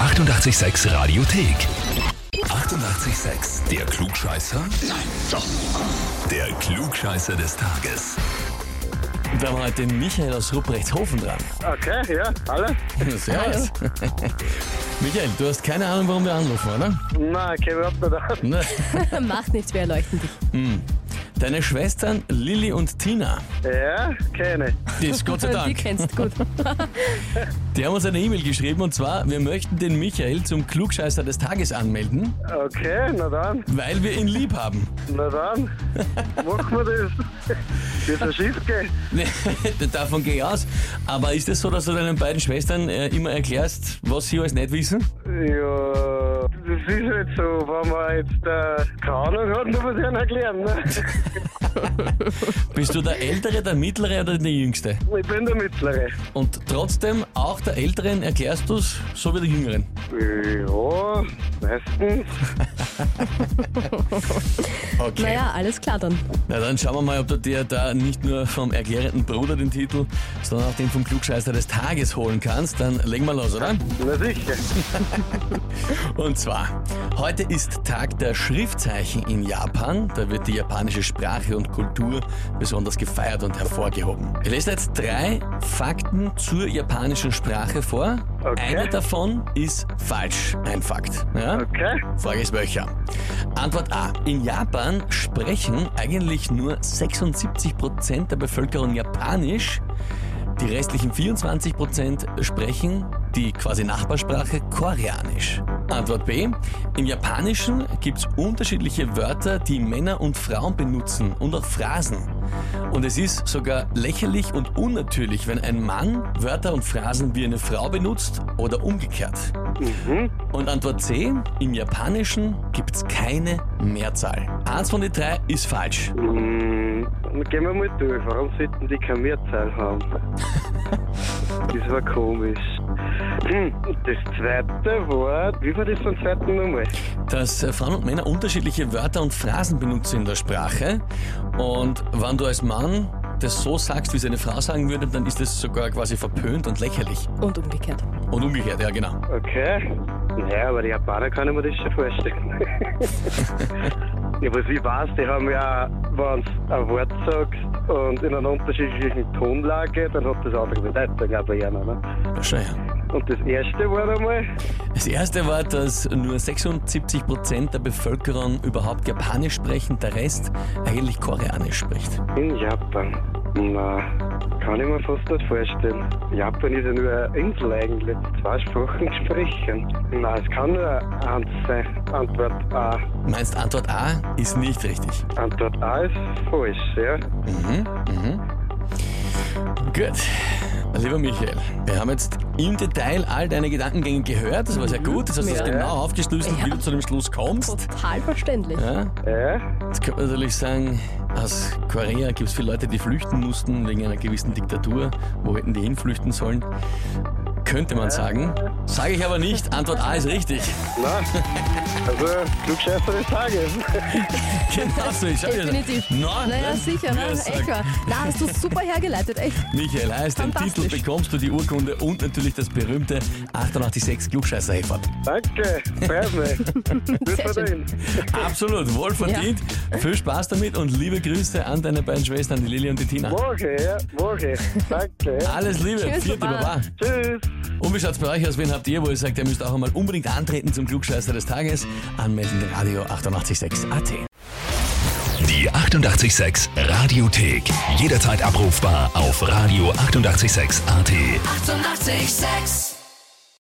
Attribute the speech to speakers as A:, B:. A: 886 Radiothek. 88,6. Der Klugscheißer? Nein, doch. Der Klugscheißer des Tages.
B: Und da haben wir heute den Michael aus Rupprechthofen dran.
C: Okay, ja, alle?
B: Servus. Michael, du hast keine Ahnung, warum wir anrufen, oder?
C: Nein, okay, überhaupt nicht aus.
B: Na,
D: Macht nichts, wir erleuchten dich.
B: Deine Schwestern Lilly und Tina,
C: Ja, keine.
B: die ist Gott sei
D: Also, Die
B: Dank,
D: kennst du gut.
B: die haben uns eine E-Mail geschrieben und zwar, wir möchten den Michael zum Klugscheißer des Tages anmelden,
C: Okay, na dann,
B: weil wir ihn lieb haben.
C: na dann. Machen wir das. Wird das schief gehen?
B: Nee, Davon gehe ich aus. Aber ist es das so, dass du deinen beiden Schwestern äh, immer erklärst, was sie alles nicht wissen?
C: Ja, das ist halt so, wenn man jetzt äh, keine Ahnung hat, muss man es ihnen erklären. Ne?
B: Bist du der Ältere, der Mittlere oder der Jüngste?
C: Ich bin der Mittlere.
B: Und trotzdem auch der Älteren erklärst du es so wie der Jüngeren.
C: Ja, meistens.
B: Okay.
D: Naja, alles klar dann.
B: Na dann schauen wir mal, ob du dir da nicht nur vom erklärenden Bruder den Titel, sondern auch den vom Klugscheißer des Tages holen kannst. Dann legen wir los, oder?
C: Na sicher.
B: Und zwar, heute ist Tag der Schriftzeichen in Japan. Da wird die japanische Sprache und Kultur besonders gefeiert und hervorgehoben. Ich lese jetzt drei Fakten zur japanischen Sprache vor.
C: Okay.
B: Einer davon ist falsch, ein Fakt. Ja?
C: Okay,
B: Frage ist welcher? Antwort A. In Japan sprechen eigentlich nur 76% der Bevölkerung Japanisch. Die restlichen 24% sprechen die quasi Nachbarsprache Koreanisch. Antwort B. Im Japanischen gibt es unterschiedliche Wörter, die Männer und Frauen benutzen und auch Phrasen. Und es ist sogar lächerlich und unnatürlich, wenn ein Mann Wörter und Phrasen wie eine Frau benutzt oder umgekehrt. Und Antwort C, im Japanischen gibt's keine Mehrzahl. Eins von den drei ist falsch.
C: hm, dann gehen wir mal durch. Warum sollten die keine Mehrzahl haben? Das war komisch. Hm, Das zweite Wort, wie war das beim zweiten nochmal?
B: Dass äh, Frauen und Männer unterschiedliche Wörter und Phrasen benutzen in der Sprache. Und wenn du als Mann das so sagst, wie es eine Frau sagen würde, dann ist das sogar quasi verpönt und lächerlich.
D: Und umgekehrt.
B: Und umgekehrt, ja genau.
C: Okay. Naja, aber die Japaner kann ich mir das schon vorstellen. ja, aber wie war's? Die haben ja, wenn du ein Wort sagst und in einer unterschiedlichen Tonlage, dann hat das andere Bedeutung auch bei ihnen. Ne?
B: Ja, schon, ja.
C: Und das erste war einmal,
B: Das erste war, dass nur 76% der Bevölkerung überhaupt Japanisch sprechen, der Rest eigentlich Koreanisch spricht.
C: in Japan. Na, kann ich mir fast nicht vorstellen. Japan ist ja nur eine Insel eigentlich. Zwei Sprachen sprechen. Na, es kann nur eins sein. Antwort A.
B: Meinst Antwort A ist nicht richtig?
C: Antwort A ist falsch, ja?
B: Mhm, mhm. Gut. Lieber Michael, wir haben jetzt im Detail all deine Gedankengänge gehört. Das war sehr gut. Das hast du
D: Ja.
B: genau aufgeschlüsselt, wie du zu dem Schluss kommst.
D: Total verständlich.
B: Ja,
C: Ja?
B: jetzt könnte man natürlich sagen, aus Korea gibt es viele Leute, die flüchten mussten wegen einer gewissen Diktatur. Wo hätten die hinflüchten sollen? Könnte man sagen. Sage ich aber nicht. Antwort A ist richtig.
C: Na, also Klugscheißer des Tages.
B: Genau so ist es.
D: Definitiv.
B: Na,
D: Naja,
B: ne?
D: sicher, ne?
B: Ja, sag.
D: Echt wahr. Na, hast du super hergeleitet, echt.
B: Michael heißt, den Titel
D: Fantastisch.
B: bekommst du, die Urkunde und natürlich das berühmte 886 klugscheißer -Heferl.
C: Danke, freut mich. Bis
D: Sehr
C: dahin.
D: schön.
B: Absolut, wohlverdient. Viel Spaß damit und liebe Grüße an deine beiden Schwestern, die Lilly und die Tina.
C: Morgen, ja, morgen. Danke. ja.
B: Alles Liebe,
D: Tschüss,
B: vierte
D: Baba.
B: Baba.
C: Tschüss.
B: Und wie schaut's bei euch aus? Wen habt ihr, wo ihr sagt, ihr müsst auch einmal unbedingt antreten zum Klugscheißer des Tages? Anmelden, Radio 886 AT.
A: Die 88,6 Radiothek. Jederzeit abrufbar auf radio886.at. 88,6.
E: Eighty-eight, sex.